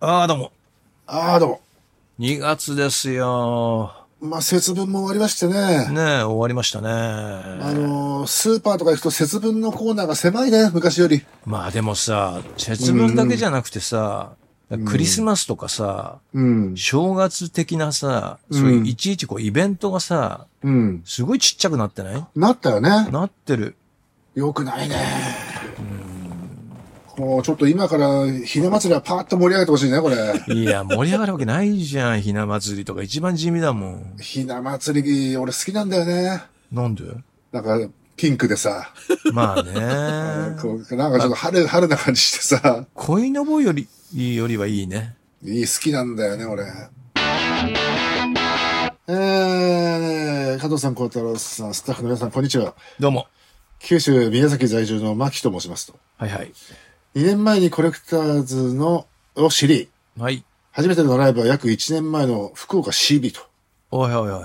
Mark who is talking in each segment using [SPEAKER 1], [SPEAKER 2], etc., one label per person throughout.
[SPEAKER 1] ああ、どうも。
[SPEAKER 2] ああ、どうも。
[SPEAKER 1] 2月ですよ。
[SPEAKER 2] まあ、節分も終わりましてね。
[SPEAKER 1] ねえ、終わりましたね。
[SPEAKER 2] あのースーパーとか行くと節分のコーナーが狭いね、昔より。
[SPEAKER 1] まあでもさ、節分だけじゃなくてさ、クリスマスとかさ、
[SPEAKER 2] うん。
[SPEAKER 1] 正月的なさ、そういういちいちこうイベントがさ、
[SPEAKER 2] うん。
[SPEAKER 1] すごいちっちゃくなってない
[SPEAKER 2] なったよね。
[SPEAKER 1] なってる。
[SPEAKER 2] よくないね。もうちょっと今からひな祭りはパーッと盛り上げてほしいね、これ。
[SPEAKER 1] いや、盛り上がるわけないじゃん、ひな祭りとか一番地味だもん。
[SPEAKER 2] ひな祭り、俺好きなんだよね。
[SPEAKER 1] なんで
[SPEAKER 2] なんか、ピンクでさ、
[SPEAKER 1] まあ
[SPEAKER 2] こ
[SPEAKER 1] ね。
[SPEAKER 2] うなんかちょっと春、春な感じしてさ、
[SPEAKER 1] 恋のぼより、よりはいいね。
[SPEAKER 2] いい、好きなんだよね、俺。えー、加藤さん、孝太郎さん、スタッフの皆さん、こんにちは。
[SPEAKER 1] どうも。
[SPEAKER 2] 九州宮崎在住の牧と申しますと。
[SPEAKER 1] はいはい。
[SPEAKER 2] 2年前にコレクターズのを知り、
[SPEAKER 1] はい。
[SPEAKER 2] 初めてのライブは約1年前の福岡 CB と。
[SPEAKER 1] おいおいおいお
[SPEAKER 2] あ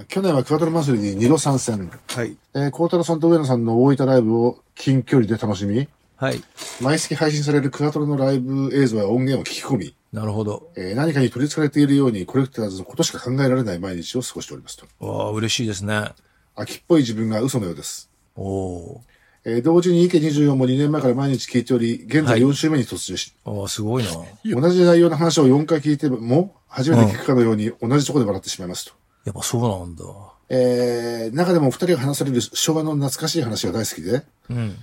[SPEAKER 2] ー去年はクワトロ祭りに2度参戦。
[SPEAKER 1] い。はい。
[SPEAKER 2] えー、孝太郎さんと上野さんの大分ライブを近距離で楽しみ、
[SPEAKER 1] はい。
[SPEAKER 2] 毎月配信されるクワトロのライブ映像や音源を聞き込み、
[SPEAKER 1] なるほど。
[SPEAKER 2] えー何かに取り憑かれているようにコレクターズのことしか考えられない毎日を過ごしておりますと。
[SPEAKER 1] わあ、嬉しいですね。
[SPEAKER 2] 秋っぽい自分が嘘のようです。
[SPEAKER 1] おお
[SPEAKER 2] えー同時に池24も2年前から毎日聞いており、現在4週目に突入し、
[SPEAKER 1] ー。ああ、すごいな。
[SPEAKER 2] 同じ内容の話を4回聞いても、初めて聞くかのように同じところで笑ってしまいますと。
[SPEAKER 1] やっぱそうなんだ。
[SPEAKER 2] えー、中でもお二人が話される昭和の懐かしい話が大好きで、
[SPEAKER 1] うん。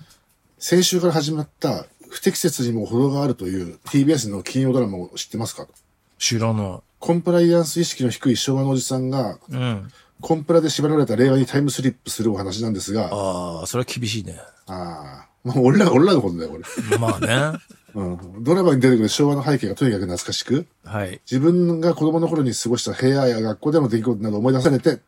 [SPEAKER 2] 先週から始まった不適切にも程があるという TBS の金曜ドラマを知ってますかと
[SPEAKER 1] 知らな
[SPEAKER 2] コンプライアンス意識の低い昭和のおじさんが、
[SPEAKER 1] い。うん。
[SPEAKER 2] コンプラで縛られた令和にタイムスリップするお話なんですが、あ
[SPEAKER 1] ああ、それは厳しいね。
[SPEAKER 2] あー、もう俺ら、俺らのことだよ、これ。
[SPEAKER 1] まあね。
[SPEAKER 2] うん。ドラマに出てくる昭和の背景がとにかく懐かしく、
[SPEAKER 1] はい。
[SPEAKER 2] 自分が子供の頃に過ごした部屋や学校での出来事などを思い出されて、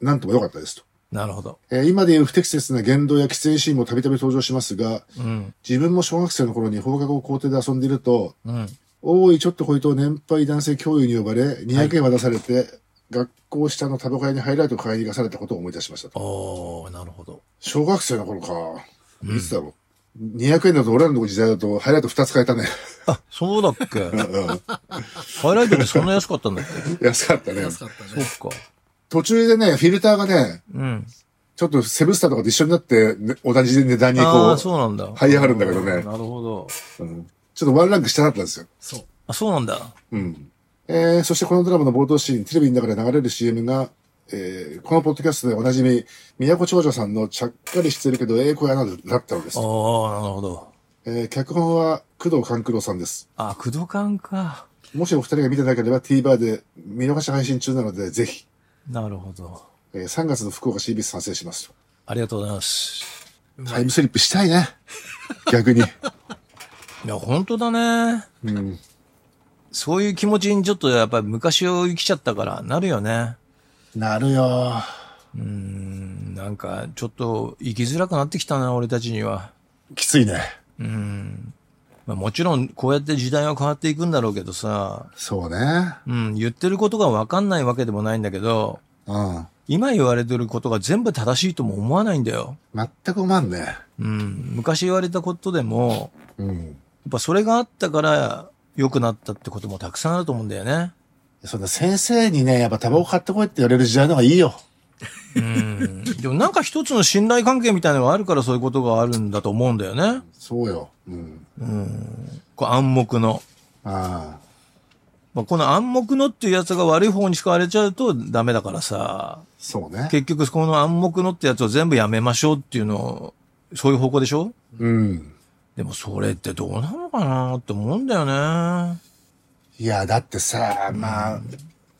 [SPEAKER 2] なんとも良かったですと。
[SPEAKER 1] なるほど。
[SPEAKER 2] えー今でいう不適切な言動や喫煙シーンもたびたび登場しますが、
[SPEAKER 1] うん。
[SPEAKER 2] 自分も小学生の頃に放課後校庭で遊んでいると、
[SPEAKER 1] うん。
[SPEAKER 2] おい、ちょっとこいと年配男性教諭に呼ばれ、200円渡されて、学校下のタバコ屋にハイライトを買いに行かされたことを思い出しましたと。
[SPEAKER 1] おおなるほど。
[SPEAKER 2] 小学生の頃か。いつだろう。200円だと俺らの時代だとハイライト2つ買えたね。
[SPEAKER 1] あ、そうだっけハイライトってそんな安かったんだっけ
[SPEAKER 2] 安かったね。
[SPEAKER 3] 安かったね。
[SPEAKER 1] そっか。
[SPEAKER 2] 途中でね、フィルターがね、
[SPEAKER 1] うん。
[SPEAKER 2] ちょっとセブンスターとかと一緒になって、ね同じ値段に
[SPEAKER 1] あ
[SPEAKER 2] こ
[SPEAKER 1] あ、
[SPEAKER 2] う、
[SPEAKER 1] そうなんだ。
[SPEAKER 2] 這い上がるんだけどね
[SPEAKER 1] あーなるほど。
[SPEAKER 2] うんちょっとワンランク下だったんですよ。
[SPEAKER 3] そう。
[SPEAKER 1] あ、そうなんだ。
[SPEAKER 2] うん。えー、そしてこのドラマの冒頭シーン、テレビの中で流れる CM が、えー、このポッドキャストでおなじみ、宮古長女さんのちゃっかりしてるけど、ええ子やな、だったのです
[SPEAKER 1] ああ、なる。ほど。
[SPEAKER 2] えー、脚本は工藤官九郎さんです。
[SPEAKER 1] あ、駆動感か。
[SPEAKER 2] もしお二人が見てなければ TVer で見逃し配信中なので、ぜひ、
[SPEAKER 1] なるほど。
[SPEAKER 2] えー、3月の福岡 CB 参戦します
[SPEAKER 1] ありがとうございます。
[SPEAKER 2] と。タイムスリップしたいね。逆に。
[SPEAKER 1] いや、本当だね。
[SPEAKER 2] うん。
[SPEAKER 1] そういう気持ちにちょっとやっぱり昔を生きちゃったからなるよね。
[SPEAKER 2] なるよ
[SPEAKER 1] うん、なんかちょっと生きづらくなってきたな、俺たちには。
[SPEAKER 2] きついね。
[SPEAKER 1] まあ、もちろんこうやって時代は変わっていくんだろうけどさ、
[SPEAKER 2] そうね。
[SPEAKER 1] うん、言ってることがわかんないわけでもないんだけど、
[SPEAKER 2] うん。
[SPEAKER 1] 今言われてることが全部正しいとも思わないんだよ。
[SPEAKER 2] 全く思わんね。
[SPEAKER 1] うん、昔言われたことでも、
[SPEAKER 2] うん。
[SPEAKER 1] やっぱそれがあったから良くなったってこともたくさんあると思うんだよね。
[SPEAKER 2] そんな先生にね、やっぱタバコ買ってこいって言われる時代の方がいいよ。
[SPEAKER 1] うん、でもなんか一つの信頼関係みたいなのがあるからそういうことがあるんだと思うんだよね。
[SPEAKER 2] そうよ。うん。
[SPEAKER 1] こう暗黙の。
[SPEAKER 2] ああ。
[SPEAKER 1] まあ、この暗黙のっていうやつが悪い方に使われちゃうとダメだからさ、
[SPEAKER 2] そうね。
[SPEAKER 1] 結局この暗黙のってやつを全部やめましょうっていうのを、そういう方向でしょ
[SPEAKER 2] うん。
[SPEAKER 1] でもそれってどうなのかなって思うんだよね。
[SPEAKER 2] いや、だってさ、まあ、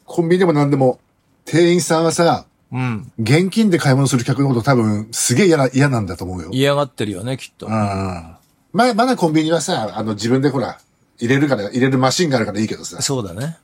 [SPEAKER 2] コンビニでも何でも、店員さんはさ、
[SPEAKER 1] うん。
[SPEAKER 2] 現金で買い物する客のこと多分、すげえ嫌な、嫌なんだと思うよ。
[SPEAKER 1] 嫌がってるよね、きっと。
[SPEAKER 2] ああ。まあ、まだコンビニはさ、あの、自分でほら、入れるから、入れるマシンがあるからいいけどさ、
[SPEAKER 1] そうだね。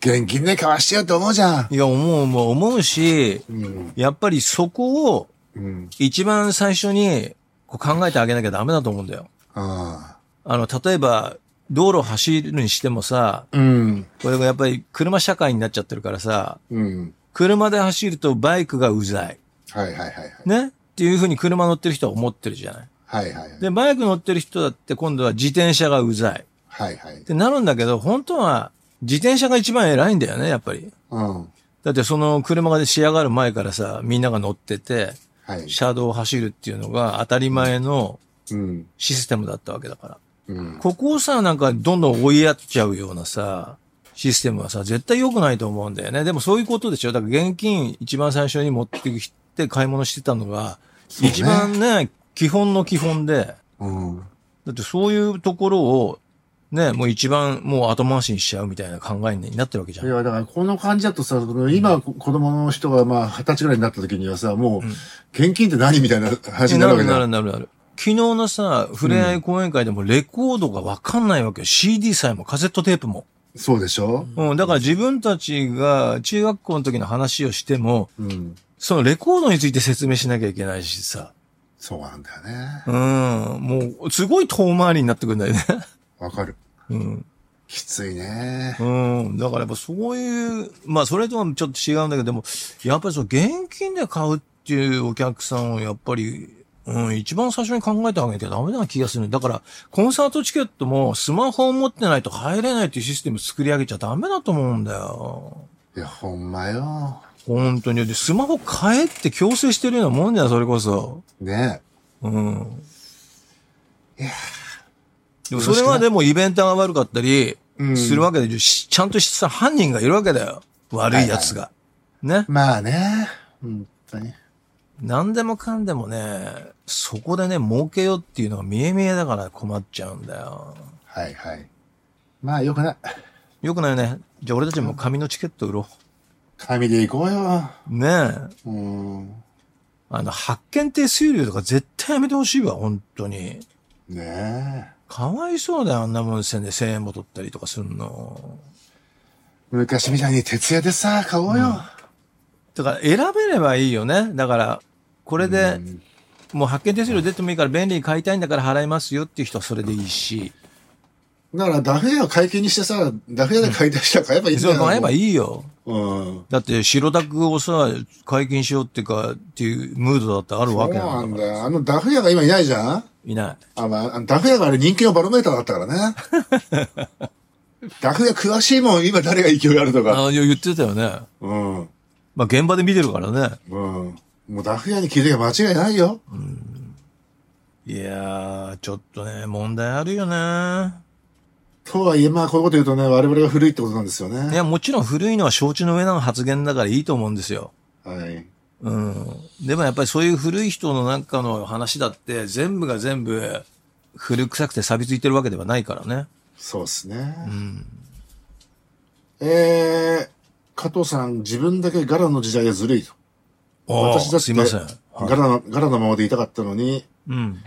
[SPEAKER 2] 現金で買わしてよって思うじゃん。
[SPEAKER 1] いや、思う、思う、思うし、
[SPEAKER 2] うん。
[SPEAKER 1] やっぱりそこを
[SPEAKER 2] うん。
[SPEAKER 1] 一番最初にこう考えてあげなきゃダメだと思うんだよ。
[SPEAKER 2] あ
[SPEAKER 1] あの、例えば、道路走るにしてもさ、
[SPEAKER 2] あ。うん。
[SPEAKER 1] これがやっぱり車社会になっちゃってるからさ、
[SPEAKER 2] うん。
[SPEAKER 1] 車で走るとバイクがうざい。
[SPEAKER 2] はいはいはいはい。
[SPEAKER 1] ねっていうふうに車乗ってる人は思ってるじゃない。
[SPEAKER 2] はいはいはい。
[SPEAKER 1] で、バイク乗ってる人だって今度は自転車がうざい。
[SPEAKER 2] はいはい。
[SPEAKER 1] てなるんだけど、本当は自転車が一番偉いんだよね、やっぱり。
[SPEAKER 2] うん。
[SPEAKER 1] だってその車が仕上がる前からさ、みんなが乗ってて、
[SPEAKER 2] はい。
[SPEAKER 1] 車道を走るっていうのが当たり前の
[SPEAKER 2] うん。
[SPEAKER 1] システムだったわけだから。
[SPEAKER 2] うん。
[SPEAKER 1] ここをさ、なんかどんどん追いやっちゃうようなさ、システムはさ、絶対良くないと思うんだよね。でもそういうことでしょ。だから現金一番最初に持ってきて買い物してたのが、
[SPEAKER 2] うね
[SPEAKER 1] 一番ね、基本の基本で、
[SPEAKER 2] うん。
[SPEAKER 1] だってそういうところを、ね、もう一番もう後回しにしちゃうみたいな考えになってるわけじゃ
[SPEAKER 2] い
[SPEAKER 1] ん。
[SPEAKER 2] や、だからこの感じだとさ、その今、こ子供の人がまあ、二十歳ぐらいになった時にはさ、もう、現金って何みたいな話にな
[SPEAKER 1] な
[SPEAKER 2] るわけ
[SPEAKER 1] る
[SPEAKER 2] だ
[SPEAKER 1] なるなるなる。昨日のさ、ふれあい講演会でもレコードがわかんないわけよ。CD さえもカセットテープも。
[SPEAKER 2] そうでしょ
[SPEAKER 1] うん、だから自分たちが中学校の時の話をしても、
[SPEAKER 2] うん。
[SPEAKER 1] そのレコードについて説明しなきゃいけないしさ。
[SPEAKER 2] そうなんだよね。
[SPEAKER 1] うん、もう、すごい遠回りになってくるんだよね。
[SPEAKER 2] わかる。
[SPEAKER 1] うん。
[SPEAKER 2] きついね。
[SPEAKER 1] うん。だからやっぱそういう、まあそれとはちょっと違うんだけど、でも、やっぱりその現金で買うっていうお客さんをやっぱり、うん、一番最初に考えてあげなきゃダメな気がする。だから、コンサートチケットもスマホを持ってないと入れないっていうシステム作り上げちゃダメだと思うんだよ。
[SPEAKER 2] いや、ほんまよ。
[SPEAKER 1] 本当に。で、スマホ買えって強制してるようなもんだよ、それこそ。
[SPEAKER 2] ね
[SPEAKER 1] うん。
[SPEAKER 2] いや
[SPEAKER 1] でもそれはでもイベントが悪かったり
[SPEAKER 2] うん
[SPEAKER 1] するわけで、しちゃんとした犯人がいるわけだよ。悪い奴が。ね。
[SPEAKER 2] まあね。本当に。
[SPEAKER 1] 何でもかんでもね、そこでね、儲けようっていうのが見え見えだから困っちゃうんだよ。
[SPEAKER 2] はいはい。まあ、よくない。
[SPEAKER 1] よくないよね。じゃあ俺たちも紙のチケット売ろ
[SPEAKER 2] 紙で行こうよ。
[SPEAKER 1] う。ねえ。
[SPEAKER 2] うん。ね
[SPEAKER 1] あの、発見定数料とか絶対やめてほしいわ、本当に。
[SPEAKER 2] え。
[SPEAKER 1] かわいそうだよ、あんなもんせんで1000円も取ったりとかするの。
[SPEAKER 2] 昔みたいに徹夜でさ、買おうよ。
[SPEAKER 1] だから選べればいいよね。だから、これで、もう発見手数料出てもいいから便利に買いたいんだから払いますよっていう人はそれでいいし、
[SPEAKER 2] だから、ダフ屋を会計にしてさ、ダフ屋で買い出したら買えばいいんだ
[SPEAKER 1] そ
[SPEAKER 2] よ。
[SPEAKER 1] れ買えば
[SPEAKER 2] い。
[SPEAKER 1] いいよ。
[SPEAKER 2] うん。
[SPEAKER 1] だって白タクをさ、解禁しようっていうか、っていうムードだってあるわ
[SPEAKER 2] そう
[SPEAKER 1] け
[SPEAKER 2] な
[SPEAKER 1] なん
[SPEAKER 2] ん
[SPEAKER 1] だ
[SPEAKER 2] だよ。あのダフ屋が今いないじゃん
[SPEAKER 1] いな
[SPEAKER 2] あ、まあ、あのダフ屋があれ人気のバロメーターだったからね。 ダフ屋詳しいもん、今誰が勢いあると
[SPEAKER 1] い。
[SPEAKER 2] か。
[SPEAKER 1] ああ、いや言ってたよね。
[SPEAKER 2] うん。うん。
[SPEAKER 1] まあ現場で見てるからね。
[SPEAKER 2] もうダフ屋に聞いてきゃ間違いないよ。
[SPEAKER 1] いやー、ちょっとね、問題あるよね。
[SPEAKER 2] とはいえ、まあ、こういうこと言うとね、我々が古いってことなんですよ
[SPEAKER 1] い
[SPEAKER 2] ね。
[SPEAKER 1] や、もちろん古いのは承知の上な発言だからいいと思うんですよ。
[SPEAKER 2] はい。
[SPEAKER 1] うん。でもやっぱりそういう古い人のなんかの話だって、全部が全部、古臭くて錆びついてるわけではないからね。
[SPEAKER 2] そうですね。
[SPEAKER 1] ん
[SPEAKER 2] えー、加藤さん、自分だけガラの時代がずるいと。
[SPEAKER 1] ああ
[SPEAKER 2] 私だって
[SPEAKER 1] すいません。はい
[SPEAKER 2] ガラの、ガラのままでいたかったのに、
[SPEAKER 1] うん。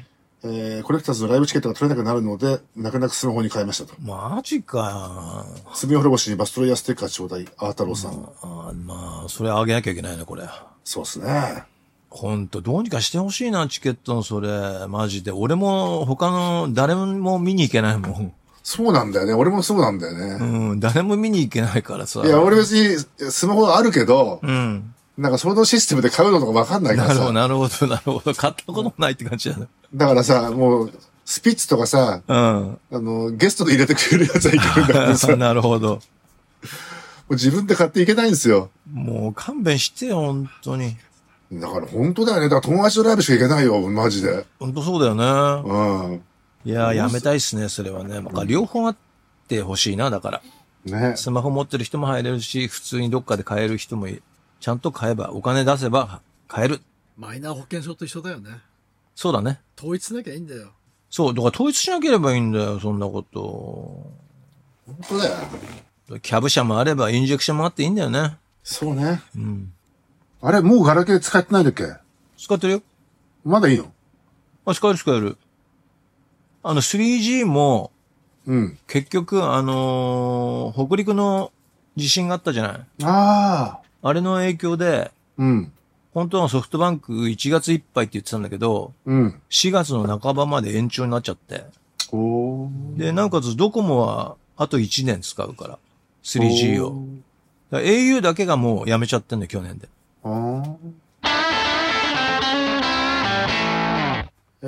[SPEAKER 2] えー、コレクターズのライブチケットが取れなくなるので、泣く泣くスマホに変えましたと。
[SPEAKER 1] マジかよ。
[SPEAKER 2] 罪滅ぼしにバストロイヤーステッカーちょうだい、アータローさん。
[SPEAKER 1] あまあ、それあげなきゃいけないね、これ。
[SPEAKER 2] そうですね。
[SPEAKER 1] ほんと、どうにかしてほしいな、チケットのそれ。マジで。俺も、他の、誰も見に行けないもん。
[SPEAKER 2] そうなんだよね。俺もそうなんだよね。
[SPEAKER 1] うん、誰も見に行けないからさ。
[SPEAKER 2] いや、俺別にスマホはあるけど、
[SPEAKER 1] うん。
[SPEAKER 2] なんかそのシステムで買うのとかわかんないか
[SPEAKER 1] な
[SPEAKER 2] ら
[SPEAKER 1] るほど、
[SPEAKER 2] さ。
[SPEAKER 1] なるほど、なるほど。買ったこともないって感じだね。
[SPEAKER 2] だからさ、もう、スピッツとかさ、
[SPEAKER 1] うん。
[SPEAKER 2] あの、ゲストで入れてくれるやつはいけるんだけどさ、も
[SPEAKER 1] なるほど。
[SPEAKER 2] う自分で買っていけないんですよ。
[SPEAKER 1] もう勘弁してよ、本当に。
[SPEAKER 2] だから本当だよね。だから友達とライブしか行けないよ、マジで。
[SPEAKER 1] 本当そうだよね。
[SPEAKER 2] うん。
[SPEAKER 1] いやー、やめたいっすね、それはね。まあ、両方あってほしいな、だから。
[SPEAKER 2] ね。
[SPEAKER 1] スマホ持ってる人も入れるし、普通にどっかで買える人もいちゃんと買えば、お金出せば買える。
[SPEAKER 3] マイナー保険証と一緒だよね。
[SPEAKER 1] そうだね。
[SPEAKER 3] 統一しなきゃいいんだよ。
[SPEAKER 1] そう、だから統一しなければいいんだよ、そんなこと。
[SPEAKER 2] 本当だよ。
[SPEAKER 1] キャブ車もあれば、インジェクションもあっていいんだよね。
[SPEAKER 2] そうね。
[SPEAKER 1] うん。
[SPEAKER 2] あれ、もうガラケー使ってないんだっけ
[SPEAKER 1] 使ってるよ。
[SPEAKER 2] まだいいの
[SPEAKER 1] あ、使える使える。あの、3G も、
[SPEAKER 2] うん。
[SPEAKER 1] 結局、あのー北陸の地震があったじゃない。
[SPEAKER 2] ああ。
[SPEAKER 1] あれの影響で、
[SPEAKER 2] うん。
[SPEAKER 1] 本当はソフトバンク1月いっぱいって言ってたんだけど、
[SPEAKER 2] うん。
[SPEAKER 1] 4月の半ばまで延長になっちゃって。
[SPEAKER 2] おー。
[SPEAKER 1] で、なおかつドコモはあと1年使うから、3G
[SPEAKER 2] お
[SPEAKER 1] を。
[SPEAKER 2] ー。
[SPEAKER 1] だから au だけがもうやめちゃってんの、去年で。
[SPEAKER 2] あー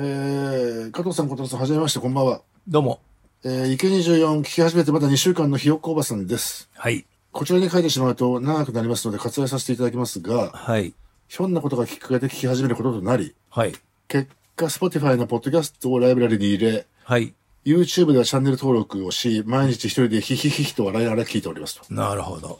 [SPEAKER 2] えー、加藤さん、小太郎さん、はじめまして、こんばんは。
[SPEAKER 1] どうも。
[SPEAKER 2] えー、池24聞き始めてまだ2週間のひよっこおばさんです。
[SPEAKER 1] はい。
[SPEAKER 2] こちらに書いてしまうと長くなりますので割愛させていただきますが、
[SPEAKER 1] はい。
[SPEAKER 2] ひょんなことがきっかけで聞き始めることとなり、
[SPEAKER 1] はい。
[SPEAKER 2] 結果 Spotify のポッドキャストをライブラリに入れ、
[SPEAKER 1] はい。
[SPEAKER 2] YouTube ではチャンネル登録をし、毎日一人でヒヒヒヒと笑いながら聞いておりますと。
[SPEAKER 1] なるほど。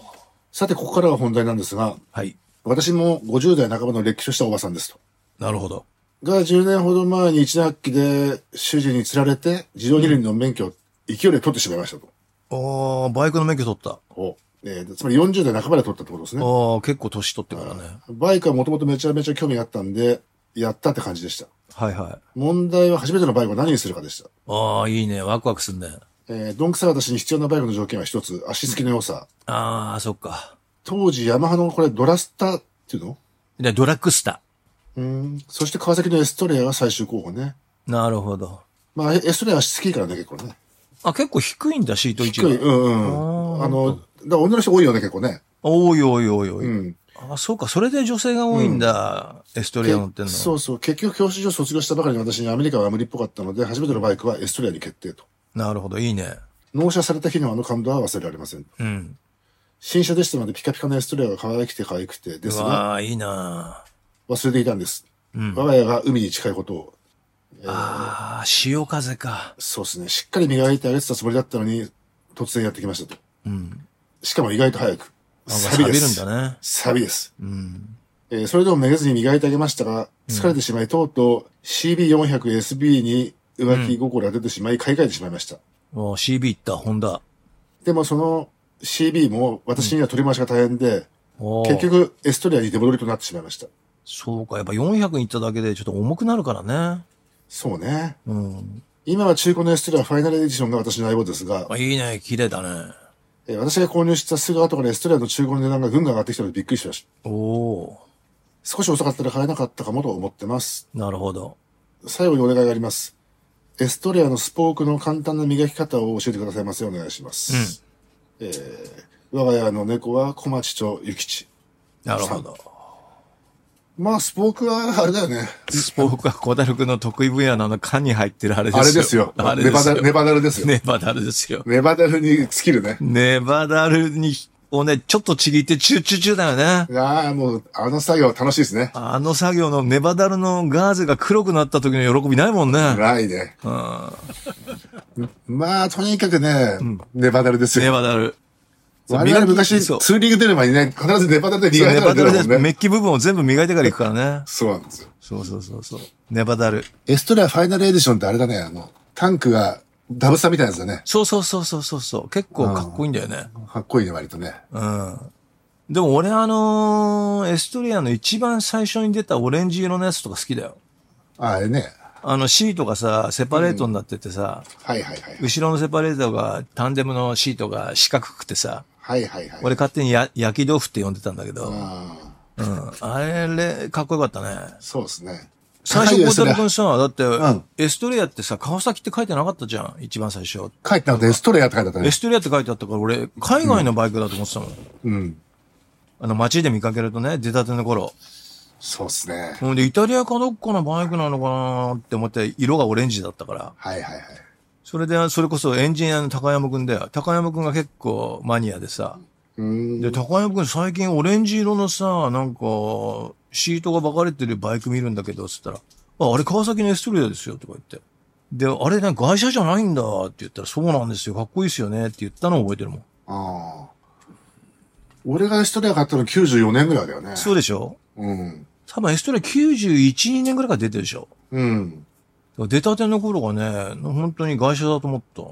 [SPEAKER 2] さて、ここからは本題なんですが、
[SPEAKER 1] はい。
[SPEAKER 2] 私も50代半ばの歴史をしたおばさんですと。
[SPEAKER 1] なるほど。
[SPEAKER 2] が、10年ほど前に一学期で主人に釣られて、自動二輪の免許を勢いで取ってしまいましたと。
[SPEAKER 1] ああ、バイクの免許取った。
[SPEAKER 2] おえーつまり40代半ばで取ったってことですね。
[SPEAKER 1] ああ、結構年取ってからね。
[SPEAKER 2] バイクはもともとめちゃめちゃ興味があったんで、やったって感じでした。
[SPEAKER 1] はいはい。
[SPEAKER 2] 問題は初めてのバイクを何にするかでした。
[SPEAKER 1] ああ、いいね。ワクワクすんね。
[SPEAKER 2] えー、どんくさい私に必要なバイクの条件は一つ、足つきの良さ。
[SPEAKER 1] ああ、そっか。
[SPEAKER 2] 当時、ヤマハのこれドラスタっていうの
[SPEAKER 1] で、ドラッグスタ
[SPEAKER 2] うん。そして川崎のエストレアが最終候補ね。
[SPEAKER 1] ー。なるほど。
[SPEAKER 2] まあ、エエストレアは足つきいいからね、結構ね。
[SPEAKER 1] あ、結構低いんだ、シート
[SPEAKER 2] 低い。
[SPEAKER 1] 1
[SPEAKER 2] う
[SPEAKER 1] が。
[SPEAKER 2] んうん。あの、だから女の人多いよね、結構ね。
[SPEAKER 1] おいおいおいおい。
[SPEAKER 2] うん。
[SPEAKER 1] あ、そうか。それで女性が多いんだ。エストリア乗ってんの。
[SPEAKER 2] そうそう。結局、教師所卒業したばかりの私にアメリカは無理っぽかったので、初めてのバイクはエストレアに決定と。
[SPEAKER 1] なるほど。いいね。
[SPEAKER 2] 納車された日のあの感動は忘れられません。
[SPEAKER 1] うん。
[SPEAKER 2] 新車でしたので、ピカピカのエストレアが可愛くて可愛くてです
[SPEAKER 1] う
[SPEAKER 2] が、
[SPEAKER 1] わあ、いいな
[SPEAKER 2] 忘れていたんです。
[SPEAKER 1] うん
[SPEAKER 2] 我が家が海に近いことを、
[SPEAKER 1] ああ、潮風か。
[SPEAKER 2] そうですね。しっかり磨いてあげてたつもりだったのに、突然やってきましたと。
[SPEAKER 1] うん。
[SPEAKER 2] しかも意外と早く。
[SPEAKER 1] なんか
[SPEAKER 2] サビ
[SPEAKER 1] 錆
[SPEAKER 2] で
[SPEAKER 1] びるん
[SPEAKER 2] す。
[SPEAKER 1] だね。
[SPEAKER 2] サビです。
[SPEAKER 1] うん。
[SPEAKER 2] えーそれでもめげずに磨いてあげましたが、疲れてしまい、とうとう CB400SB に浮気心が出てしまい、買い替えてしまいました。
[SPEAKER 1] お CB 行った、ホンダ。
[SPEAKER 2] でもその CB も私には取り回しが大変で、
[SPEAKER 1] おー
[SPEAKER 2] 結局エストレアに出戻りとなってしまいました。
[SPEAKER 1] そうか。やっぱ400に行っただけでちょっと重くなるからね。
[SPEAKER 2] そうね。
[SPEAKER 1] うん。
[SPEAKER 2] 今は中古のエストレアファイナルエディションが私の相棒ですが、
[SPEAKER 1] あいいね。綺麗だね。
[SPEAKER 2] えー私が購入したすぐ後からエストレアの中古の値段がぐんぐん上がってきたのでびっくりしました。
[SPEAKER 1] おお
[SPEAKER 2] 少し遅かったら買えなかったかもと思ってます。
[SPEAKER 1] ーなるほど。
[SPEAKER 2] 最後にお願いがあります。エストレアのスポークの簡単な磨き方を教えてくださいませ。お願いします。えー我が家の猫は小町町諭吉。
[SPEAKER 1] なるほど。
[SPEAKER 2] まあ、スポークはあれだよね。
[SPEAKER 1] スポークは小樽君の得意分野なの缶に入ってるあれですよ。
[SPEAKER 2] あれですよ。
[SPEAKER 1] あれ
[SPEAKER 2] ネ
[SPEAKER 1] で
[SPEAKER 2] バ
[SPEAKER 1] す
[SPEAKER 2] ダル、ネ
[SPEAKER 1] よ。
[SPEAKER 2] バダルですよ。
[SPEAKER 1] ネバダルですよ。
[SPEAKER 2] ネバダルに尽きるね。
[SPEAKER 1] ネバダルに、をね、ちょっとちぎってチューチューチューだよね。
[SPEAKER 2] ああ、もう、あの作業楽しいですね。
[SPEAKER 1] あの作業のネバダルのガーゼが黒くなった時の喜びないもんね。
[SPEAKER 2] ないね。まあ、とにかくね、ネバダルです
[SPEAKER 1] ネ
[SPEAKER 2] よ。
[SPEAKER 1] バダル。
[SPEAKER 2] 我々昔、ツ
[SPEAKER 1] そう
[SPEAKER 2] ーリング出る前にね、必ずネバダルで磨
[SPEAKER 1] ネ
[SPEAKER 2] いた
[SPEAKER 1] バ
[SPEAKER 2] んだ
[SPEAKER 1] ダルで
[SPEAKER 2] もん
[SPEAKER 1] メ
[SPEAKER 2] ね。
[SPEAKER 1] ッキ部分を全部磨いてから行くからね。
[SPEAKER 2] そうなんですよ。
[SPEAKER 1] そうそうそうそう。ネバダル。
[SPEAKER 2] エストレアファイナルエディションってあれだね、あの、タンクがダブスタみたいなやつだね。
[SPEAKER 1] そうそうそうそうそうそう。結構かっこいいんだよね。
[SPEAKER 2] かっこいいね、割とね。
[SPEAKER 1] うん。でも俺あのーエストリアの一番最初に出たオレンジ色のやつとか好きだよ。
[SPEAKER 2] ああれね。
[SPEAKER 1] あのシートがさ、セパレートになっててさ、
[SPEAKER 2] はいはいはい。
[SPEAKER 1] 後ろのセパレートが、タンデムのシートが四角くてさ、
[SPEAKER 2] はいはいはい。
[SPEAKER 1] 俺勝手にや焼き豆腐って呼んでたんだけど、
[SPEAKER 2] ああ、
[SPEAKER 1] うん。あれ、かっこよかったね。
[SPEAKER 2] そうですね。
[SPEAKER 1] 最
[SPEAKER 2] 高
[SPEAKER 1] 初、
[SPEAKER 2] いで
[SPEAKER 1] 小
[SPEAKER 2] すね
[SPEAKER 1] 樽君さ、だって、
[SPEAKER 2] ん
[SPEAKER 1] エストレアってさ、川崎って書いてなかったじゃん、一番最初。
[SPEAKER 2] 書いてなくてエストレアって書いてあった
[SPEAKER 1] エ
[SPEAKER 2] ね。
[SPEAKER 1] ストレアって書いてあったから、俺、海外のバイクだと思ってたもん。
[SPEAKER 2] うん。
[SPEAKER 1] あの、街で見かけるとね、出たての頃。
[SPEAKER 2] そうですね。
[SPEAKER 1] ほんで、イタリアかどっかのバイクなのかなって思って、色がオレンジだったから。
[SPEAKER 2] はいはいはい。
[SPEAKER 1] それで、それこそエンジニアの高山くんだよ。高山くんが結構マニアでさ。
[SPEAKER 2] うーん。
[SPEAKER 1] で、高山くん最近オレンジ色のさ、なんか、シートがばかれてるバイク見るんだけど、つったら、あ、あれ川崎のエストレアですよ、とか言って。で、あれね、外車じゃないんだって言ったら、そうなんですよ、かっこいいですよねって言ったのを覚えてるもん。
[SPEAKER 2] ああ。俺がエストレア買ったの94年ぐらいだよね。
[SPEAKER 1] そうでしょ
[SPEAKER 2] うん。
[SPEAKER 1] 多分エストレア91、2年ぐらいから出てるでしょ
[SPEAKER 2] うん。
[SPEAKER 1] 出たての頃がね、本当に外車だと思った。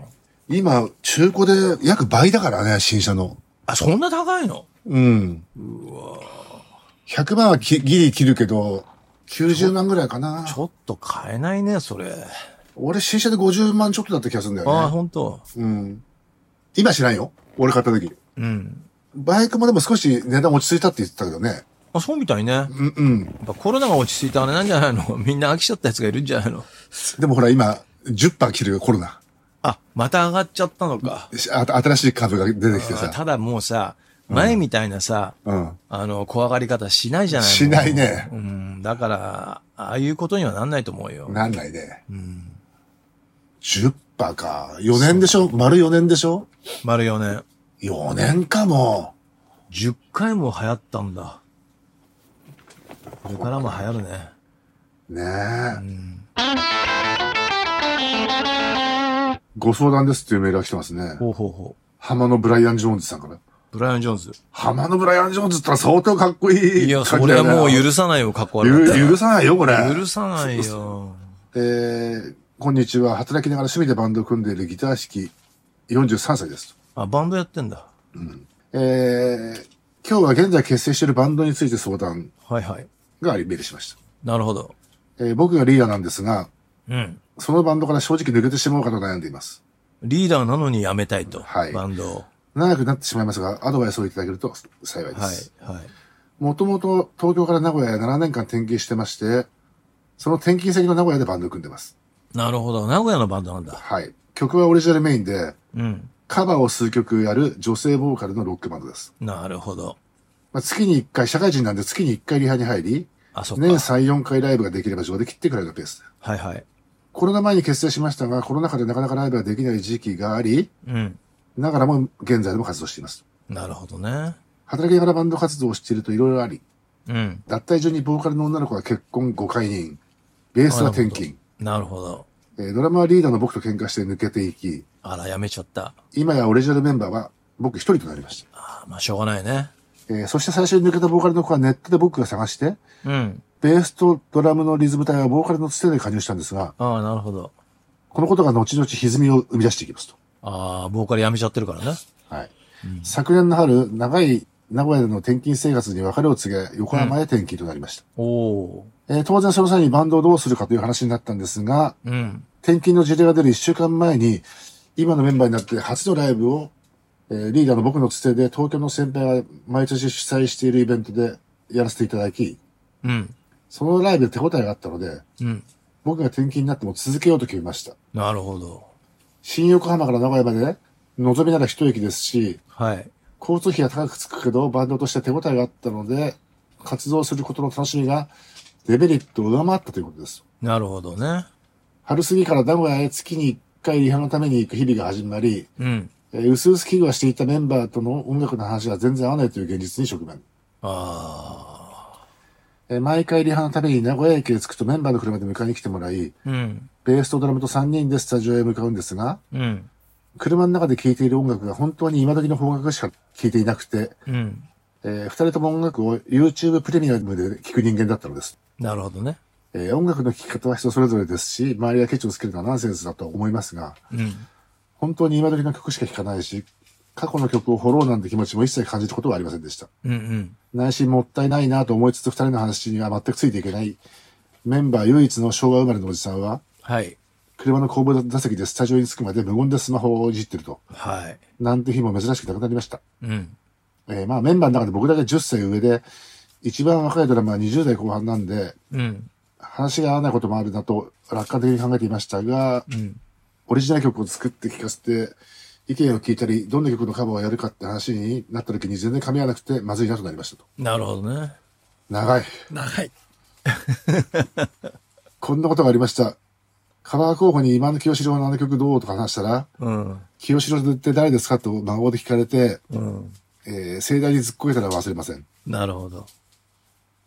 [SPEAKER 2] 今、中古で約倍だからね、新車の。
[SPEAKER 1] あ、そんな高いの
[SPEAKER 2] うん。うわ100万はきギリ切るけど、90万ぐらいかな。
[SPEAKER 1] ちょっと買えないね、それ。
[SPEAKER 2] 俺、新車で50万ちょっとだった気がするんだ
[SPEAKER 1] ああ、
[SPEAKER 2] よね。
[SPEAKER 1] 本当。
[SPEAKER 2] うん。今知らんよ。俺買った時。
[SPEAKER 1] うん。
[SPEAKER 2] バイクもでも少し値段落ち着いたって言ってたけどね。
[SPEAKER 1] あ、そうみたいね。やっ
[SPEAKER 2] うんうん。
[SPEAKER 1] ぱコロナが落ち着いたあれなんじゃないの みんな飽きちゃったやつがいるんじゃないの
[SPEAKER 2] でもほら今、10%切るよ、コロナ。
[SPEAKER 1] あ、また上がっちゃったのか。
[SPEAKER 2] しあ新しい株が出てきて
[SPEAKER 1] あ
[SPEAKER 2] さ。
[SPEAKER 1] ただもうさ、前みたいなさ、
[SPEAKER 2] うん。
[SPEAKER 1] あの、怖がり方しないじゃないの
[SPEAKER 2] しない。ね
[SPEAKER 1] う。ん。だから、ああいうことにはなんないと思うよ。
[SPEAKER 2] なんないね。うん。10%バカ。4年でしょ丸4年でしょ
[SPEAKER 1] 丸4年。
[SPEAKER 2] ?4 年かも。
[SPEAKER 1] 10回も流行ったんだ。これからも流行るね。
[SPEAKER 2] ねえ。ご相談ですっていうメールが来てますね。
[SPEAKER 1] ほうほうほ
[SPEAKER 2] 浜のブライアン・ジョーンズさんから。
[SPEAKER 1] う。ブライアン・ジョーンズ。
[SPEAKER 2] 浜のブライアン・ジョーンズって言ったら相当かっこいい。
[SPEAKER 1] いや、それはもう許さないよ、かっこ悪かっ
[SPEAKER 2] ゆ
[SPEAKER 1] たら
[SPEAKER 2] 許さないよ、これ。
[SPEAKER 1] 許さないよ。
[SPEAKER 2] えー、こんにちは。働きながら趣味でバンドを組んでいるギター弾き43歳です。
[SPEAKER 1] あ、バンドやってんだ。
[SPEAKER 2] えー、今日は現在結成しているバンドについて相談
[SPEAKER 1] はいはい。
[SPEAKER 2] がありメールしまし
[SPEAKER 1] なるほど。
[SPEAKER 2] た。えー僕がリーダーなんですが、
[SPEAKER 1] うん。
[SPEAKER 2] そのバンドから正直抜けてしまおうかと悩んでいます。
[SPEAKER 1] リーダーなのに辞めたいと。
[SPEAKER 2] はい
[SPEAKER 1] バンドを。
[SPEAKER 2] 長くなってしまいますが、アドバイスをいただけると幸いで
[SPEAKER 1] は
[SPEAKER 2] す。
[SPEAKER 1] い。はい。
[SPEAKER 2] もともと東京から名古屋へ7年間転勤してまして、その転勤先の名古屋でバンドを組んでます。
[SPEAKER 1] なるほど。名古屋のバンドなんだ。
[SPEAKER 2] はい。曲はオリジナルメインで、
[SPEAKER 1] うん。
[SPEAKER 2] カバーを数曲やる女性ボーカルのロックバンドです。
[SPEAKER 1] なるほど。
[SPEAKER 2] まあ、月に1回、社会人なんで月に1回リハに入り、
[SPEAKER 1] あ、そっか。
[SPEAKER 2] 年3、4回ライブができれば上で切ってくらいのペースで。
[SPEAKER 1] はいはい。
[SPEAKER 2] コロナ前に結成しましたが、コロナ禍でなかなかライブができない時期があり、
[SPEAKER 1] うん。
[SPEAKER 2] ながらも現在でも活動しています。
[SPEAKER 1] なるほどね。
[SPEAKER 2] 働きながらバンド活動をしていると色々あり、
[SPEAKER 1] うん。
[SPEAKER 2] 脱退中にボーカルの女の子は結婚5回人、ベースは転勤、
[SPEAKER 1] なるほど。
[SPEAKER 2] えードラマはリーダーの僕と喧嘩して抜けていき、
[SPEAKER 1] あら、辞めちゃった。
[SPEAKER 2] 今やオリジナルメンバーは僕一人となりました。
[SPEAKER 1] あまあ、しょうがないね。
[SPEAKER 2] えーそして最初に抜けたボーカルの子はネットで僕が探して、
[SPEAKER 1] うん。
[SPEAKER 2] ベースとドラムのリズム隊はボーカルのつてで加入したんですが、
[SPEAKER 1] ああ、なるほど。
[SPEAKER 2] このことが後々歪みを生み出していきますと。
[SPEAKER 1] ああ、ボーカル辞めちゃってるからね。
[SPEAKER 2] はい。昨年の春、長い名古屋での転勤生活に別れを告げ、横浜へ転勤となりました。
[SPEAKER 1] おお
[SPEAKER 2] えー当然その際にバンドをどうするかという話になったんですが、
[SPEAKER 1] ー。うん。
[SPEAKER 2] 転勤の事例が出る1週間前に、今のメンバーになって初のライブを、えーリーダーの僕のつてで東京の先輩が毎年主催しているイベントでやらせていただき、
[SPEAKER 1] うん。
[SPEAKER 2] そのライブで手応えがあったので、
[SPEAKER 1] うん。
[SPEAKER 2] 僕が転勤になっても続けようと決めました。
[SPEAKER 1] なるほど。
[SPEAKER 2] 新横浜から名古屋まで、望みなら一駅ですし、
[SPEAKER 1] はい。
[SPEAKER 2] 交通費は高くつくけど、バンドとして手応えがあったので、活動することの楽しみがデメリットを上回ったということです。
[SPEAKER 1] なるほどね。
[SPEAKER 2] 春過ぎから名古屋へ月に1回リハのために行く日々が始まり、
[SPEAKER 1] うん。
[SPEAKER 2] えー、うすうす危惧はしていたメンバーとの音楽の話が全然合わないという現実に直面。
[SPEAKER 1] あ
[SPEAKER 2] えー毎回リハのために名古屋駅へ着くとメンバーの車で迎えに来てもらい、
[SPEAKER 1] あ。うん。
[SPEAKER 2] ベースとドラムと3人でスタジオへ向かうんですが、
[SPEAKER 1] うん。
[SPEAKER 2] 車の中で聴いている音楽が本当に今時の方角しか聴いていなくて、
[SPEAKER 1] うん。
[SPEAKER 2] えー二人とも音楽を YouTube プレミアムで聴く人間だったのです。
[SPEAKER 1] なるほどね。
[SPEAKER 2] えー音楽の聴き方は人それぞれですし、周りがケチをつけるのはナンセンスだと思いますが、
[SPEAKER 1] うん。
[SPEAKER 2] 本当に今時の曲しか聴かないし、過去の曲を掘ろうなんて気持ちも一切感じたことはありませんでした。
[SPEAKER 1] うんうん。
[SPEAKER 2] 内心もったいないなと思いつつ二人の話には全くついていけない。メンバー唯一の昭和生まれのおじさんは、
[SPEAKER 1] はい。
[SPEAKER 2] 車の後部座席でスタジオに着くまで無言でスマホをいじってると。
[SPEAKER 1] はい。
[SPEAKER 2] なんて日も珍しくなくなりました。
[SPEAKER 1] うん。
[SPEAKER 2] えーまあメンバーの中で僕だけ10歳上で、一番若いドラマは20代後半なんで、
[SPEAKER 1] うん。
[SPEAKER 2] 話が合わないこともあるなと楽観的に考えていましたが、
[SPEAKER 1] うん。
[SPEAKER 2] オリジナル曲を作って聴かせて、意見を聞いたり、どんな曲のカバーをやるかって話になった時に全然噛み合わなくて、まずいなとなりましたと。
[SPEAKER 1] なるほどね。
[SPEAKER 2] 長い。
[SPEAKER 3] 長い。
[SPEAKER 2] こんなことがありました。カバー候補に今の清志郎のあの曲どうとか話したら、
[SPEAKER 1] うん。
[SPEAKER 2] 清志郎って誰ですかと孫で聞かれて、
[SPEAKER 1] うん。
[SPEAKER 2] えー盛大に突っ込めたら忘れません。
[SPEAKER 1] なるほど。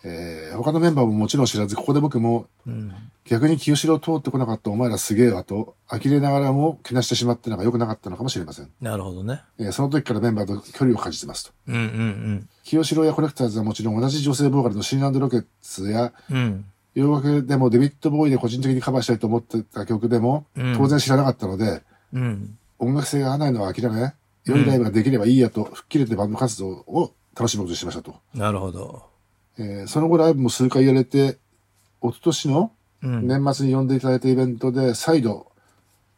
[SPEAKER 2] えー他のメンバーももちろん知らず、ここで僕も
[SPEAKER 1] うん。
[SPEAKER 2] 逆に清志郎通ってこなかったお前らすげえわと、呆れながらもけなしてしまったのが良くなかったのかもしれません。
[SPEAKER 1] なるほどね。
[SPEAKER 2] えーその時からメンバーと距離を感じてますと。
[SPEAKER 1] うんうん
[SPEAKER 2] 清志郎やコレクターズはもちろん同じ女性ボーカルのシーンロケッツや、
[SPEAKER 1] うん。うん。
[SPEAKER 2] 洋楽でもデビッド・ボーイで個人的にカバーしたいと思ってた曲でも
[SPEAKER 1] うん、
[SPEAKER 2] 当然知らなかったので、
[SPEAKER 1] うん。
[SPEAKER 2] 音楽性が合わないのは諦め、良いライブができればいいやと、吹っ切れてバンド活動を楽しむことにしましたと。
[SPEAKER 1] なるほど。
[SPEAKER 2] えーその後ライブも数回やれて、一昨年の
[SPEAKER 1] うん。
[SPEAKER 2] 年末に呼んでいただいたイベントで、再度、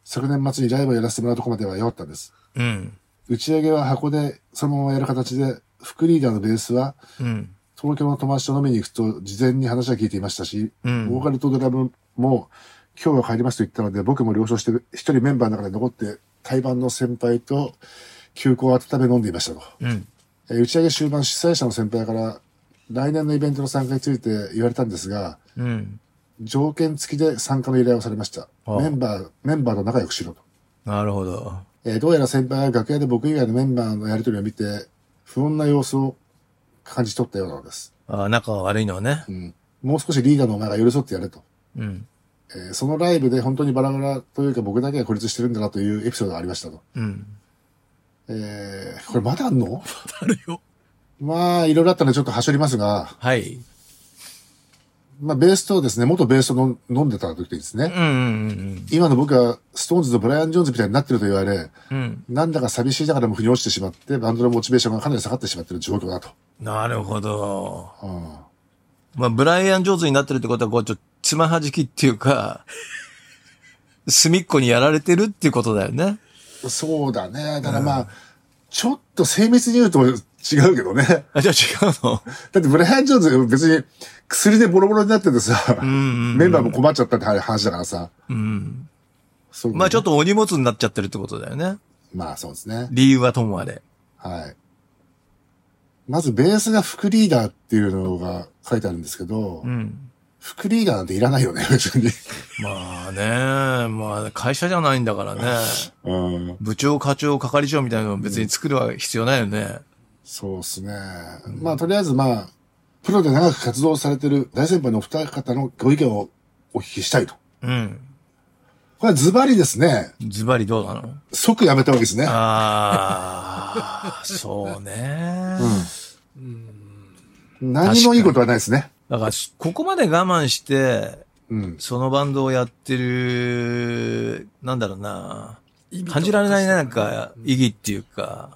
[SPEAKER 2] 昨年末にライブをやらせてもらうとこまでは良かったんです。
[SPEAKER 1] うん。
[SPEAKER 2] 打ち上げは箱で、そのままやる形で、副リーダーのベースは、
[SPEAKER 1] うん。
[SPEAKER 2] 東京の友達と飲みに行くと、事前に話は聞いていましたし、
[SPEAKER 1] うん
[SPEAKER 2] ボーカルとドラムも、今日は帰りますと言ったので、僕も了承して、一人メンバーの中で残って、対バンの先輩と、休校を温め飲んでいましたと。
[SPEAKER 1] うん。
[SPEAKER 2] えー打ち上げ終盤、主催者の先輩から、来年のイベントの参加について言われたんですが、
[SPEAKER 1] うん。
[SPEAKER 2] 条件付きで参加の依頼をされました。
[SPEAKER 1] ああ
[SPEAKER 2] メンバー、メンバーと仲良くしろと。
[SPEAKER 1] なるほど。
[SPEAKER 2] えーどうやら先輩は楽屋で僕以外のメンバーのやりとりを見て、不穏な様子を感じ取ったようなのです。
[SPEAKER 1] ああ、仲が悪いのはね
[SPEAKER 2] う。ん。もう少しリーダーのお前が寄り添ってやれと。
[SPEAKER 1] うん。
[SPEAKER 2] えーそのライブで本当にバラバラというか僕だけが孤立してるんだなというエピソードがありましたと。
[SPEAKER 1] うん。
[SPEAKER 2] えーこれまだあんの
[SPEAKER 3] あるよ。
[SPEAKER 2] まあ、いろいろあったのでちょっと端折りますが、
[SPEAKER 1] はい。
[SPEAKER 2] まあ、ベースとですね、元ベースとの飲んでた時ですね、
[SPEAKER 1] うんうん
[SPEAKER 2] 今の僕はストーンズとブライアン・ジョーンズみたいになってると言われ、
[SPEAKER 1] うんうん。うん。
[SPEAKER 2] なんだか寂しいながらも腑に落ちてしまって、バンドのモチベーションがかなり下がってしまっている状況だと。
[SPEAKER 1] なるほど。
[SPEAKER 2] うん
[SPEAKER 1] まあ、ブライアン上手になってるってことは、こう、ちょっと、つまはじきっていうか、 隅っこにやられてるっていうことだよね。
[SPEAKER 2] そうだね。ただまあ、ちょっと精密に言うと違うけどね。だ
[SPEAKER 1] あ、じゃあ違うの
[SPEAKER 2] ってブライアン・ジョーンズ別に薬でボロボロになっててさ、
[SPEAKER 1] ん
[SPEAKER 2] メンバーも困っちゃったって話だからさ。
[SPEAKER 1] うん。
[SPEAKER 2] そう
[SPEAKER 1] まあ、ちょっ
[SPEAKER 2] と。
[SPEAKER 1] とお荷物になっちゃってるってことだよね。
[SPEAKER 2] まあそうですね。
[SPEAKER 1] 理由はともあれ。
[SPEAKER 2] はい。まずベースが副リーダーっていうのが書いてあるんですけど、
[SPEAKER 1] うん。
[SPEAKER 2] 副リーダーなんていらないよね、別に。
[SPEAKER 1] まあね、まあ、会社じゃないんだからね。
[SPEAKER 2] う ん。
[SPEAKER 1] 部長、課長、係長みたいなの別に作るは必要ないよね。
[SPEAKER 2] そうですね。まあとりあえずまあ、プロで長く活動されてる大先輩のお二方のご意見をお聞きしたいと。
[SPEAKER 1] うん。
[SPEAKER 2] これはズバリですね。
[SPEAKER 1] ズバリどうなの
[SPEAKER 2] 即やめたわけですね。
[SPEAKER 1] ああ、 そうね。
[SPEAKER 3] うん。
[SPEAKER 2] 何もいいことはないですね。
[SPEAKER 1] だから、ここまで我慢して、
[SPEAKER 2] うん。
[SPEAKER 1] そのバンドをやってる、なんだろうな。
[SPEAKER 3] 意味と
[SPEAKER 1] 感じられないね、
[SPEAKER 3] 価
[SPEAKER 1] な
[SPEAKER 3] 値
[SPEAKER 1] ん
[SPEAKER 3] と
[SPEAKER 1] か、
[SPEAKER 3] うん
[SPEAKER 1] 意義っていうか。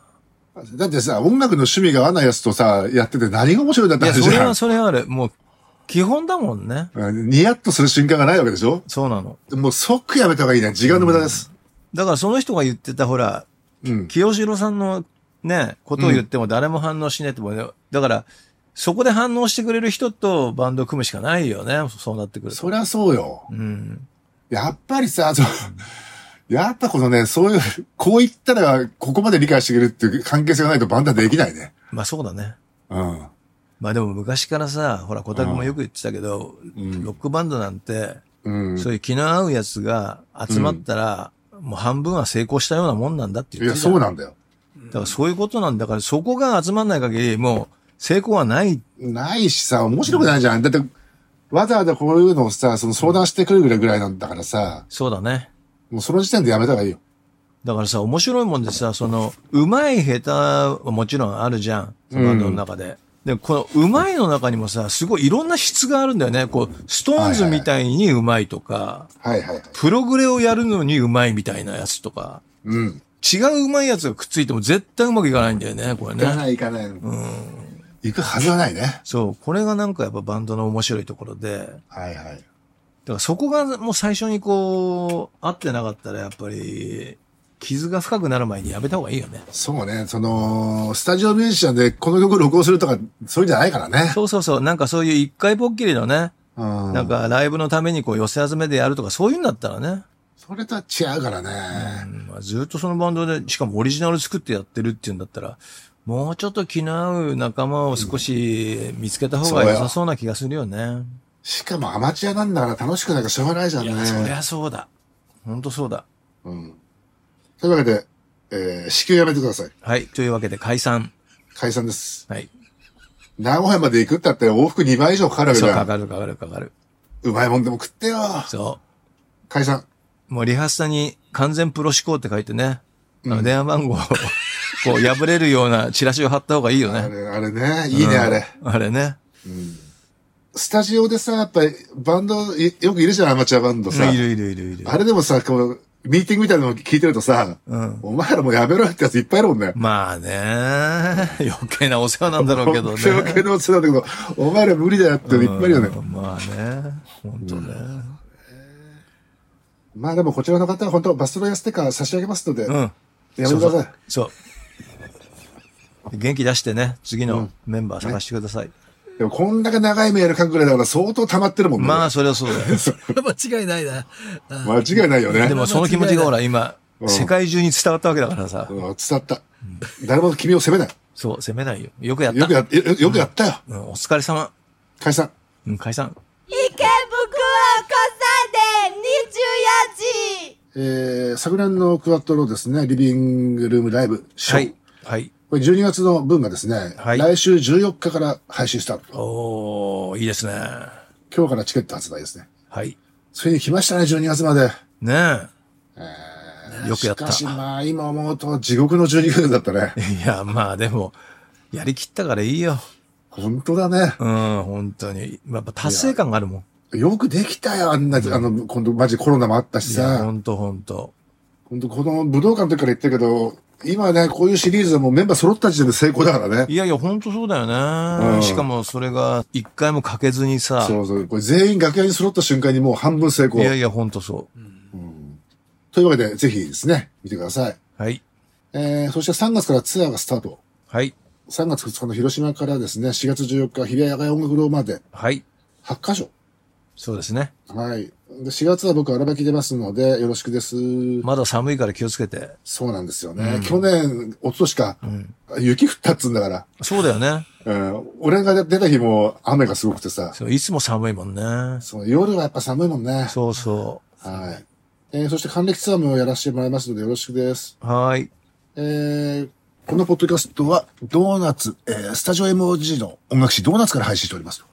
[SPEAKER 2] だってさ、音楽の趣味が合わないやつとさ、やってて何が面白いんだっ
[SPEAKER 1] い
[SPEAKER 2] て
[SPEAKER 1] や、
[SPEAKER 2] 話
[SPEAKER 1] そ
[SPEAKER 2] じ
[SPEAKER 1] れ
[SPEAKER 2] ゃん
[SPEAKER 1] は、。それはある。もう、基本だもんね。
[SPEAKER 2] うんニヤッとする瞬間がないわけでしょ
[SPEAKER 1] そうなの。
[SPEAKER 2] もう即やめた方がいいね。時間の無駄です。
[SPEAKER 1] だから、その人が言ってた、ほら、
[SPEAKER 2] うん。
[SPEAKER 1] 清志郎さんのね、ことを言っても誰も反応しないってもね、だから、そこで反応してくれる人とバンドを組むしかないよね、そうなってくると。
[SPEAKER 2] そりゃそうよ。
[SPEAKER 1] うん。
[SPEAKER 2] やっぱりさ、そうやっぱこのね、そういう、こう言ったら、ここまで理解してくれるっていう関係性がないとバンダできないね。
[SPEAKER 1] まあそうだね。
[SPEAKER 2] うん。
[SPEAKER 1] まあでも昔からさ、ほら、小田君もよく言ってたけど、
[SPEAKER 2] うん
[SPEAKER 1] ロックバンドなんて、
[SPEAKER 2] うん。
[SPEAKER 1] そういう気の合うやつが集まったら、もう半分は成功したようなもんなんだって
[SPEAKER 2] い
[SPEAKER 1] 言っ
[SPEAKER 2] や、
[SPEAKER 1] てた。
[SPEAKER 2] そうなんだよ。
[SPEAKER 1] だからそういうことなんだから、そこが集まんない限り、もう成功はない。
[SPEAKER 2] ないしさ、面白くないじゃん。だって、わざわざこういうのをさ、その相談してくるぐらいぐらいなんだからさ、
[SPEAKER 1] そうだね。
[SPEAKER 2] もうその時点でやめた方がいいよ。
[SPEAKER 1] だからさ、面白いもんでさ、その、うまい下手はもちろんあるじゃん。そのバンドの中で。で、このうまいの中にもさ、すごいいろんな質があるんだよね。こう、ストーンズみたいにうまいとか、
[SPEAKER 2] はいはいはい。
[SPEAKER 1] プログレをやるのにうまいみたいなやつとか、
[SPEAKER 2] うん。
[SPEAKER 1] 違ううまいやつがくっついても絶対うまくいかないんだよね、これ
[SPEAKER 2] 行か
[SPEAKER 1] ね。
[SPEAKER 2] ない行かない。うん。行くはずはないね。
[SPEAKER 1] そう、これがなんかやっぱバンドの面白いところで、
[SPEAKER 2] はいはい。
[SPEAKER 1] だからそこがもう最初にこう、合ってなかったらやっぱり、傷が深くなる前にやめた方がいいよね。
[SPEAKER 2] そうね、その、スタジオミュージシャンでこの曲録音するとか、そういうんじゃないからね。
[SPEAKER 1] そうそうそう、なんかそういう一回ぽっきりのね、
[SPEAKER 2] うん。
[SPEAKER 1] なんかライブのためにこう寄せ集めでやるとかそういうんだったらね、
[SPEAKER 2] それとは違うからね。
[SPEAKER 1] うんまあ、ずっとそのバンドで、しかもオリジナル作ってやってるっていうんだったら、もうちょっと気の合う仲間を少し見つけた方が良さそうな気がするよね。
[SPEAKER 2] しかもアマチュアなんだから楽しくないからしょうがないじゃん
[SPEAKER 1] い
[SPEAKER 2] ね。
[SPEAKER 1] や、そりゃそうだ。ほんとそうだ。
[SPEAKER 2] うん。というわけで、えー、支給やめてください。
[SPEAKER 1] はい。というわけで解散。
[SPEAKER 2] 解散です。
[SPEAKER 1] はい。
[SPEAKER 2] 名古屋まで行くったって往復2倍以上かかるわけ
[SPEAKER 1] そう、
[SPEAKER 2] だ
[SPEAKER 1] か
[SPEAKER 2] よ。
[SPEAKER 1] かるかかるかかる。
[SPEAKER 2] うまいもんでも食ってよ。
[SPEAKER 1] そ
[SPEAKER 2] 解散。
[SPEAKER 1] う。もうリハーサルに完全プロ志向って書いてね、あの電話番号を、こう破れるようなチラシを貼った方がいいよ
[SPEAKER 2] あ
[SPEAKER 1] ね。
[SPEAKER 2] れ、あれね。いいね、あれ。
[SPEAKER 1] あれね。
[SPEAKER 2] スタジオでさ、やっぱりバンド、いよくいるじゃん、アマチュアバンドさ。
[SPEAKER 1] いるいるいるいる。
[SPEAKER 2] あれでもさ、こう、ミーティングみたいなの聞いてるとさ、
[SPEAKER 1] うん。
[SPEAKER 2] お前らもうやめろよってやついっぱいいるもんね。
[SPEAKER 1] まあね、 余計なお世話なんだろうけどね。
[SPEAKER 2] 本当に余計なお世話だけど、お前ら無理だよっていっぱいいるよね。
[SPEAKER 1] うんまあね、本当ね。
[SPEAKER 2] まあでもこちらの方は本当バストロイヤステッカー差し上げますので、
[SPEAKER 1] うん。
[SPEAKER 2] やめてください。
[SPEAKER 1] そう。そう元気出してね、次のメンバー探してください。
[SPEAKER 2] でもこんだけ長い目やるかぐらいだから相当溜まってるもんね。
[SPEAKER 1] まあ、それはそうだよ。
[SPEAKER 3] これ間違いないな。あ
[SPEAKER 2] 間違いないよね。
[SPEAKER 1] でもその気持ちがほら、今、
[SPEAKER 2] うん
[SPEAKER 1] 世界中に伝わったわけだからさ
[SPEAKER 2] う。ん伝わった。誰も君を責めない。
[SPEAKER 1] そう、責めないよ。よくやった
[SPEAKER 2] よく。や、よよくやったよ。
[SPEAKER 1] うんお疲れ様。
[SPEAKER 2] 解散。
[SPEAKER 1] うん解散。
[SPEAKER 4] 池袋コサで24時
[SPEAKER 2] えー昨年のクワットロですね、リビングルームライブショー。
[SPEAKER 1] はい。はい。
[SPEAKER 2] これ12月の分がですね、
[SPEAKER 1] はい
[SPEAKER 2] 来週14日から配信スタート。
[SPEAKER 1] おー、いいですね。
[SPEAKER 2] 今日からチケット発売ですね。
[SPEAKER 1] はい。
[SPEAKER 2] ついに来ましたね、12月まで。
[SPEAKER 1] ねえ。よくやっ
[SPEAKER 2] しか
[SPEAKER 1] た。
[SPEAKER 2] しまあ、今思うと地獄の12月だったね。
[SPEAKER 1] いや、まあでも、やりきったからいいよ。
[SPEAKER 2] 本当だね。
[SPEAKER 1] うん、本当に。やっぱ達成感があるもん。
[SPEAKER 2] よくできたよ、あんな、あの、今度マジコロナもあったし
[SPEAKER 1] いや、
[SPEAKER 2] さ
[SPEAKER 1] ほ。んとほんと。
[SPEAKER 2] 本当この武道館の時から言ってるけど、今ね、こういうシリーズはもうメンバー揃った時点で成功だからね。
[SPEAKER 1] いやいや、ほんとそうだよね。
[SPEAKER 2] うん
[SPEAKER 1] しかもそれが一回も欠けずにさ。
[SPEAKER 2] そうそう。これ全員楽屋に揃った瞬間にもう半分成功
[SPEAKER 1] い。やいや、ほんとそ
[SPEAKER 2] というわけで、ぜひですね、見てください。
[SPEAKER 1] う。はい。
[SPEAKER 2] えー、そして3月からツアーがスタート。
[SPEAKER 1] はい。
[SPEAKER 2] 3月2日の広島からですね、4月14日、日比谷野外音楽堂まで
[SPEAKER 1] はい。
[SPEAKER 2] 8カ所。
[SPEAKER 1] そうですね。
[SPEAKER 2] はい。で4月は僕、荒引き出ますので、よろしくです。
[SPEAKER 1] まだ寒いから気をつけて。
[SPEAKER 2] そうなんですよね。去年、一昨年か、雪降ったっつうんだから。
[SPEAKER 1] そうだよね。
[SPEAKER 2] うん、俺が出た日も雨がすごくてさ、
[SPEAKER 1] そういつも寒いもんね。
[SPEAKER 2] その夜はやっぱ寒いもんね。
[SPEAKER 1] そうそ
[SPEAKER 2] はい。えー、そして還暦ツアーもやらせてもらいますのでよろしくです。
[SPEAKER 1] う。はーい。
[SPEAKER 2] えー、このポッドキャストは、ドーナツ、えー、スタジオ MOG の音楽誌ドーナツから配信しております。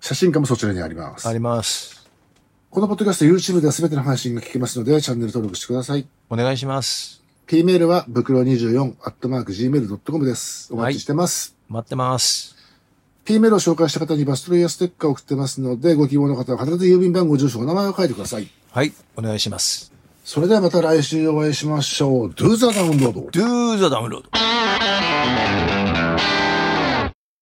[SPEAKER 2] 写真家もそちらにあります。
[SPEAKER 1] あります。
[SPEAKER 2] このポッドキャスト YouTube では全ての配信が聞けますので、チャンネル登録してください。
[SPEAKER 1] お願いします。
[SPEAKER 2] P メールは、ぶくろ24、アットマーク、gmail.com です。お待ちしてます。
[SPEAKER 1] 待ってます。
[SPEAKER 2] P メールを紹介した方にバストレイヤーステッカーを送ってますので、ご希望の方は必ず郵便番号、住所、お名前を書いてください。
[SPEAKER 1] はい。お願いします。
[SPEAKER 2] それではまた来週お会いしましょう。Do the download!
[SPEAKER 1] Do the download.